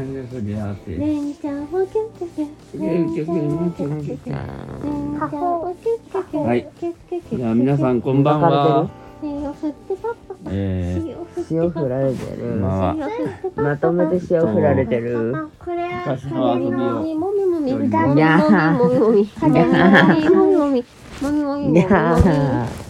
なっていう。レンちゃんをキュッキュキュレンちゃんをキュッキュキュレンちゃんをキュッキュキュはいキュッキュキュじゃあ皆さんこんばんは。塩振ってパッパえー、塩振って塩振られてこるんばんは。塩振ってパッパまとめて塩振られてるこれは昔の遊びをもみもみもみもみいやーもみもみもみもみもみもみもみもみもみもみもみもみもみもみ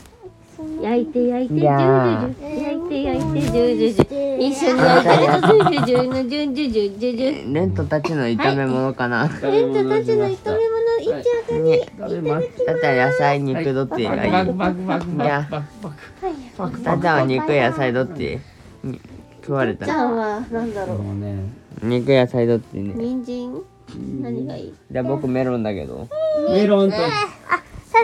いや焼いて焼いていジュやンジュンジュン焼いて焼いてジュンジュンジュン一緒に焼いてるとジュンジュンジュンジュンジュンジュンジュンジュンーレントたちの炒め物かな、レンちゃんたちの炒め物一応ね食べます。だったら野菜肉どっちがいい、バクバクバクいバやクバクバク。たっちゃんは肉野菜どっちに食われちゃたんはなんだろうもうね、肉野菜どっちね人参何がいいじゃあ僕メロンだけどメロンと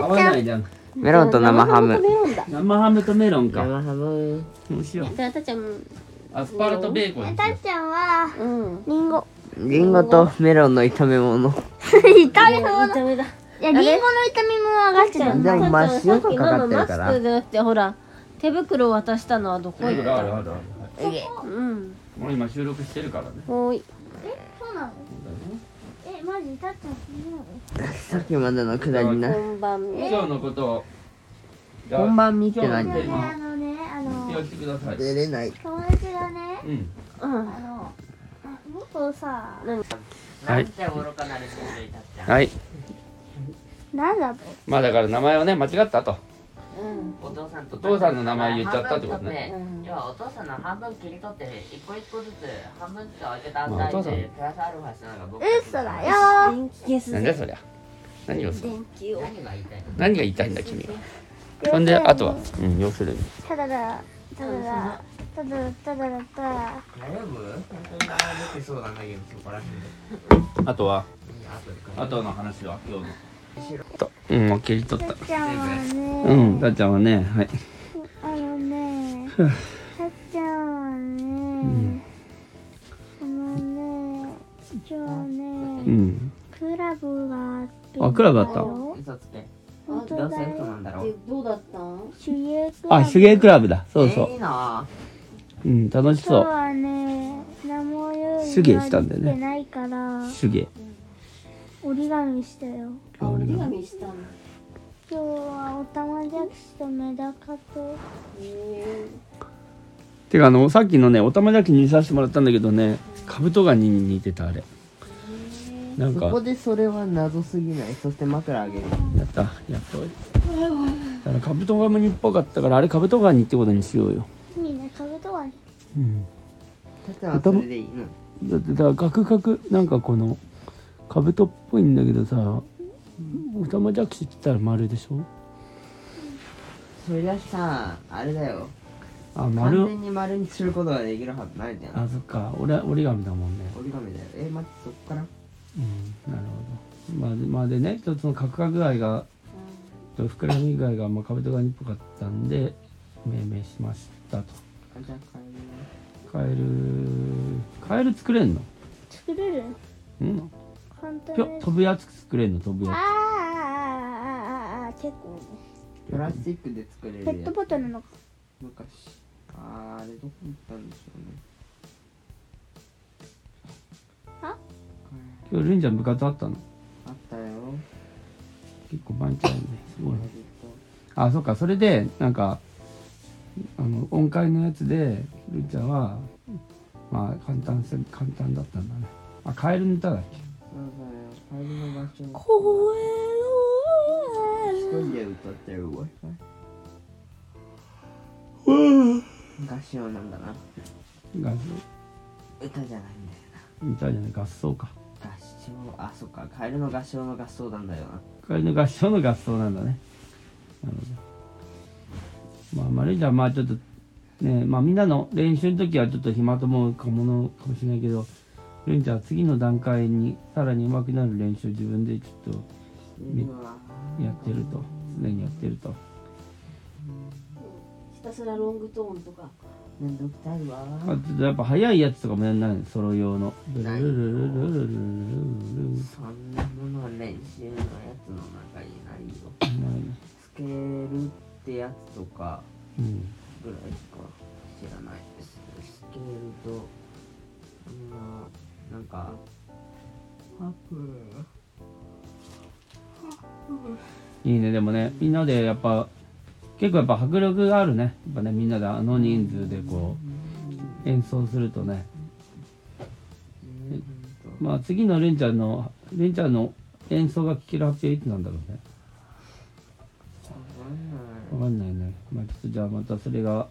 合わないじゃん。メロンと生ハムとメロンだ生ハムとメロンか。生ハムそうしよう。じゃあたっちゃんうんアスパラとベーコンにしよう。ちゃんは炒リンゴ。リンゴとメロンの炒め物炒め物。めだいやリンゴの炒め物はガチだ。でもまあ塩がかかってマるスからクじゃなくてほら手袋渡したのはどこあ行るっあたるのあるある。うんもう今収録してるからね。おいえ、そうなの？え、マジたっちゃん死ぬの？さっきまでのくだりな本番ね今日のことを。本番見て何今日のテーマあのね、あの発表してください。出れない友達がね、うん。うんあの僕をさ、はいて愚かなる人がいたってはい。なんだろう。まあだから名前をね間違ったと。うんお父さんとお父さんの名前言っちゃったってことね半分取って要はお父さんの半分切り取って一個一個ずつ半分ずつ置いてたんまあだおい父さてんプラスアルファしたのが僕たち嘘だよ。電気消すなんだぜそりゃ。何をす電気を何が言いたいの何が言いたいんだ君は。ほんであとは。うん要するに。ただだ、ただだ、ただだ、ただだ、ただだ。大丈夫本当に名前出てそうなんだけどそこら辺であとは。後であとの話は今日の。とうんもう切り取ったたっ。ちゃんはうね、んたっちゃんはねはい。あのね、たっちゃんはね、あのね、今日ねう。ん。クラブがあってあクラブあった本嘘つけ当どうだせ嘘よなんだろでうどうだったん手芸クラブあ手芸クラブだ。そうそいいなう。うん楽し今そ日う。はね何も用意手芸したんだよねができてないから手芸。折り紙したよあ折り紙したの今日はおたまじゃくしとメダカとへてかあのさっきのねおたまじゃきにさせてもらったんだけどねカブトガニに似てたあれなんそかこでそれは謎すぎないそして枕あげるやったやっただからカブトガニっぽかったからあれカブトガニってことにしようよ、みんなカブトガニうん、たっちゃんはそれでいいのだってだからガクガクなんかこのカブトっぽいんだけどさおたまじゃくしって言ったら丸でしょそりゃさあれだよあ完丸全に丸にすることができるはずないじゃんあそっか折れ折り紙だもんね折り紙だよえ待ってそっからうんなるほどまあでまあでね一つのカクカク具合がと膨らみ具合がまあカブトガニっぽかったんで命名しましたとあじゃあ帰カるエルカエル作れんの作れるうん簡単ぴょです飛ぶやつ作れんの飛ぶあーあーあーあーあーあやー結構プラスチックで作れペるッやトつボトルの昔あーあれどこ行ったんでしょうねあつ今日ルンちゃん部活あったのあったよ結構毎日あるねすごいねあそっかそれでなんかあの音階のやつでルンちゃんはまあ簡単せ簡単だったんだねあカエルの歌だっけそうだよ帰りの場所公一園を人で歌ってるわ合唱なんだな合奏歌じゃないんだよ歌じゃない合奏か合唱あそっかカエルの合唱の合奏なんだよなカエルの合唱の合奏なんだねなるほどまあまあルンちゃんまあちょっとねまあみんなの練習の時はちょっと暇と思うかものかもしれないけどルンちゃんは次の段階にさらに上手くなる練習を自分でちょっみうわとやってると常にやってるとひたすらロングトーンとかめんどくさいわあちょっとやっぱ速いやつとかもやんないのソロ用のルルルルルルルルルそんなものは練習のやつの中にないよないつけるってやつとかうんぐらいしか知らないですスケールとあのなんかいいねでもねみんなでやっぱ結構やっぱ迫力があるねやっぱねみんなであの人数でこう演奏するとねまあ次のレンちゃんのレンちゃんの演奏が聴ける発表いつなんだろうねわかんないねまあちょっとじゃあまたそれが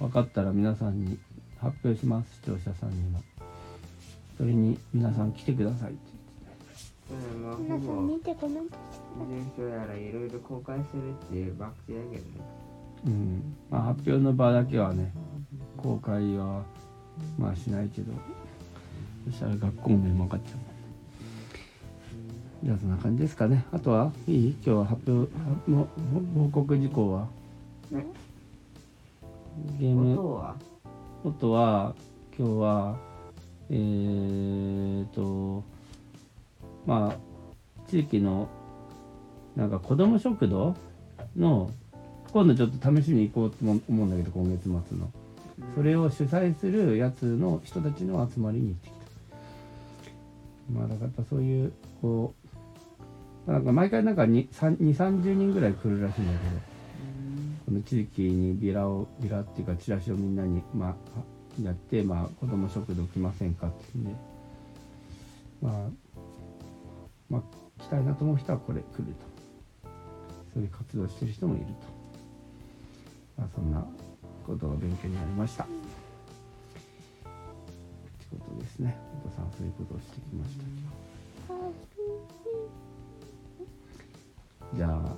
分かったら皆さんに発表します視聴者さんにもそれに皆さん来てくださいってうんまあ皆ほさんぼ見てコメントして住所やらいろいろ公開するっていうバクテだけどねうんまあ発表の場だけはね公開はまあしないけどそしたら学校名も分かっちゃうもんねじゃあそんな感じですかねあとはいい今日は発表はもも報告事項はゲーム音はあとは今日はえー、とまあ地域のなんか子ども食堂の今度ちょっと試しに行こうとも思うんだけど今月末のそれを主催するやつの人たちの集まりに行ってきたまあだからやっぱそういうこうなんか毎回なんか2 3 0人ぐらい来るらしいんだけどこの地域にビラをビラっていうかチラシをみんなに、まあ、やって、まあ、子ども食堂来ませんかっていうんで、まあ、まあ、来たいなと思う人はこれ来るとそういう活動してる人もいると、まあ、そんなことが勉強になりました。ってことですね。お子さんはそういうことをしてきました。じゃあ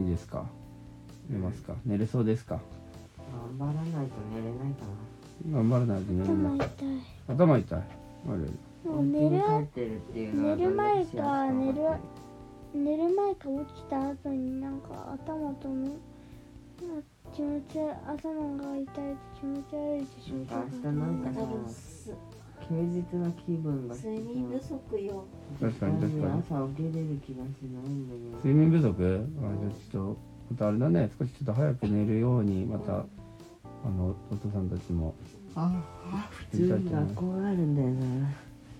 いいですか。寝ますか。寝れそうですか。頑張らないと寝れないかな頑張らないと寝れもないらいたい。頭痛いあれもう寝るお家に帰ってるっていうのは寝る前かどんだけ幸せか分かんない寝る前か起きた後になんか頭ともなんか気持ち悪い頭が痛い気持ち悪いって症状明日なんか多さ分す休日の気分が睡眠不足よ確かに確かに朝起きれる気がしないんだけ睡ど眠不足あじゃあちょっとまたあれだね少しちょっと早く寝るようにまたあのお父さんたちもあ普通に学校があるんだよな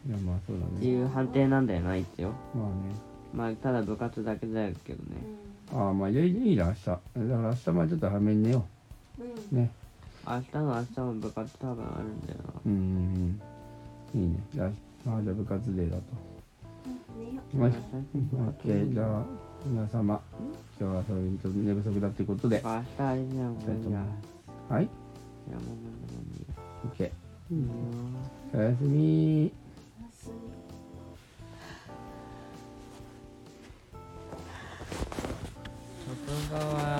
いやまあそうだってねいう判定なんだよな一応まあねまあただ部活だけだけどねああまあいやいいな明日だから明日までちょっと早めに寝ようんうね明日の明日も部活多分あるんだよなうんうんうんいいねじゃああじゃあ部活デーだ寝よとはい OK じゃあ皆様今日はそういうちょっと寝不足だっていうことで明日あれじゃんきたこれいとじ思いゃまんすはい OK うんおやすみおやすみ外側